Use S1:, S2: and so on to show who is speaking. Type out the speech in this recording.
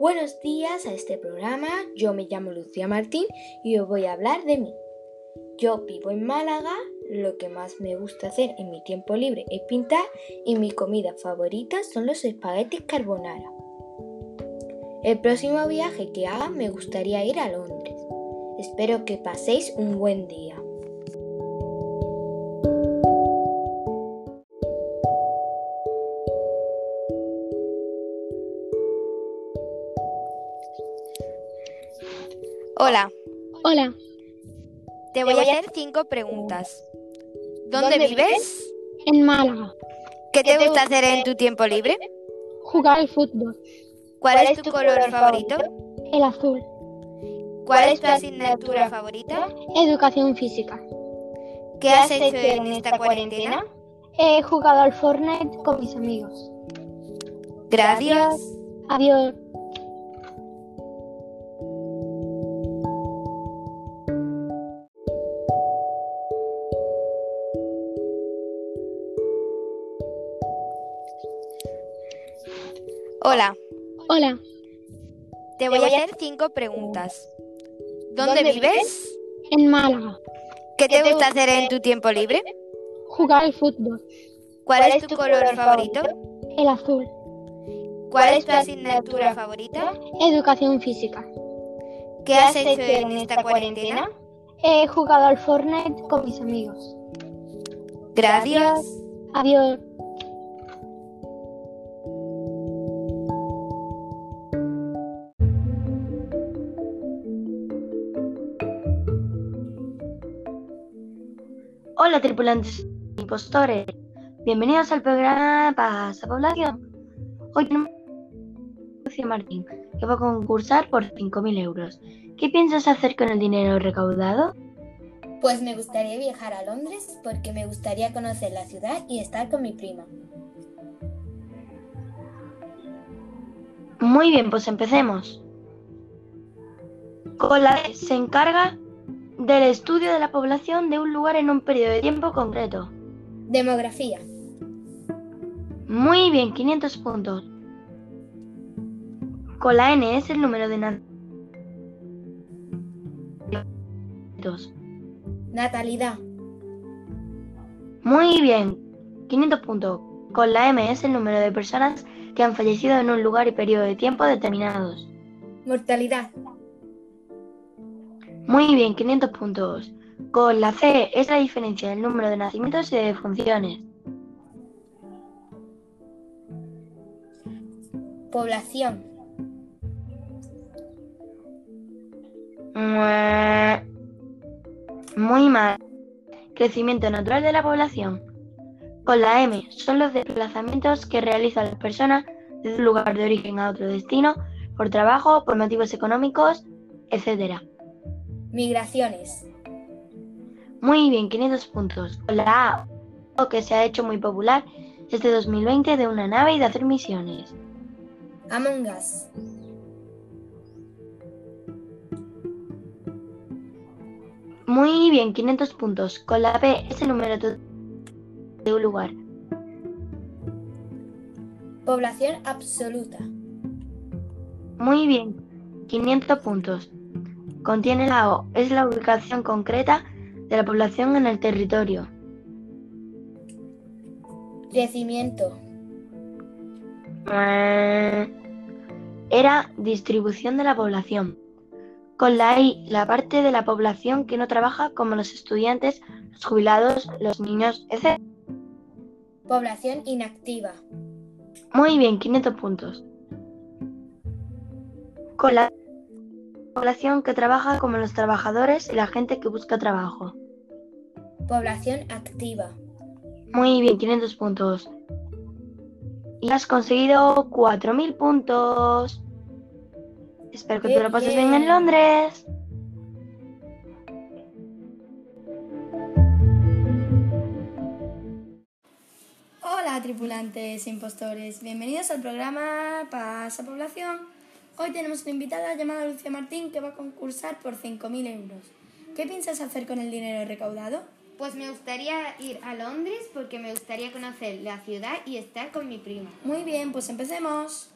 S1: Buenos días a este programa. Yo me llamo Lucía Martín y os voy a hablar de mí. Yo vivo en Málaga. Lo que más me gusta hacer en mi tiempo libre es pintar y mi comida favorita son los espaguetis carbonara. El próximo viaje que haga me gustaría ir a Londres. Espero que paséis un buen día.
S2: Hola,
S3: Hola,
S2: te voy a hacer cinco preguntas. ¿Dónde,
S4: ¿Dónde
S2: vives?
S3: en Málaga.
S2: ¿Qué te gusta hacer en tu tiempo libre?
S3: Jugar al fútbol,
S2: ¿Cuál es tu color favorito?
S3: el azul,
S2: ¿Cuál es tu asignatura favorita?
S3: educación física.
S2: ¿Qué has hecho en esta cuarentena?
S3: He jugado al Fortnite con mis amigos.
S2: Gracias.
S3: Adiós.
S2: Hola,
S3: Hola,
S2: te voy a hacer cinco preguntas. ¿Dónde vives?
S3: en Málaga.
S2: ¿Qué te gusta hacer en tu tiempo libre?
S3: Jugar al fútbol,
S2: ¿Cuál es tu color favorito?
S3: el azul,
S2: ¿Cuál es tu asignatura favorita?
S3: educación física.
S2: ¿Qué has hecho en esta cuarentena?
S3: He jugado al Fortnite con mis amigos.
S2: Gracias.
S3: Adiós.
S4: Hola tripulantes impostores, bienvenidos al programa Pasa Población. Hoy tenemos a Lucia Martín, que va a concursar por 5.000 euros. ¿Qué piensas hacer con el dinero recaudado?
S5: Pues me gustaría viajar a Londres porque me gustaría conocer la ciudad y estar con mi prima.
S4: Muy bien, pues empecemos. Con la D, se encarga del estudio de la población de un lugar en un periodo de tiempo concreto.
S5: Demografía.
S4: Muy bien, 500 puntos. Con la N es el número de nacidos.
S5: Natalidad.
S4: Muy bien, 500 puntos. Con la M es el número de personas que han fallecido en un lugar y periodo de tiempo determinados.
S5: Mortalidad.
S4: Muy bien, 500 puntos. Con la C es la diferencia del número de nacimientos y de defunciones.
S5: Población.
S4: Mua. Muy mal. Crecimiento natural de la población. Con la M son los desplazamientos que realizan las personas de un lugar de origen a otro destino, por trabajo, por motivos económicos, etc.
S5: Migraciones.
S4: Muy bien, 500 puntos. Con la A, o que se ha hecho muy popular desde 2020 de una nave y de hacer misiones.
S5: Among Us.
S4: Muy bien, 500 puntos. Con la P es el número total de un lugar.
S5: Población absoluta.
S4: Muy bien, 500 puntos. Contiene la O, es la ubicación concreta de la población en el territorio.
S5: Crecimiento.
S4: Era distribución de la población. Con la I, la parte de la población que no trabaja como los estudiantes, los jubilados, los niños, etc.
S5: Población inactiva.
S4: Muy bien, 500 puntos. Con la población que trabaja como los trabajadores y la gente que busca trabajo.
S5: Población activa.
S4: Muy bien, 500 puntos. Y has conseguido 4.000 puntos. Espero que tú
S5: Bien,
S4: lo pases
S5: bien.
S4: bien en Londres.
S6: Hola tripulantes e impostores, bienvenidos al programa Pasa Población. Hoy tenemos una invitada llamada Lucia Martín que va a concursar por 5.000 euros. ¿Qué piensas hacer con el dinero recaudado?
S7: Pues me gustaría ir a Londres porque me gustaría conocer la ciudad y estar con mi prima.
S6: Muy bien, pues empecemos.